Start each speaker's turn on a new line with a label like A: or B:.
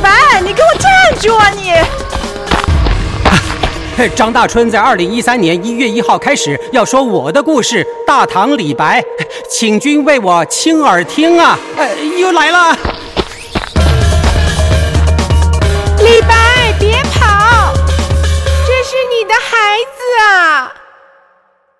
A: 凡，你给我站住啊你！
B: 嘿张大春在二零一三年一月一号开始要说我的故事《大唐李白》，请君为我倾耳听啊！呃，又来了。
A: 啊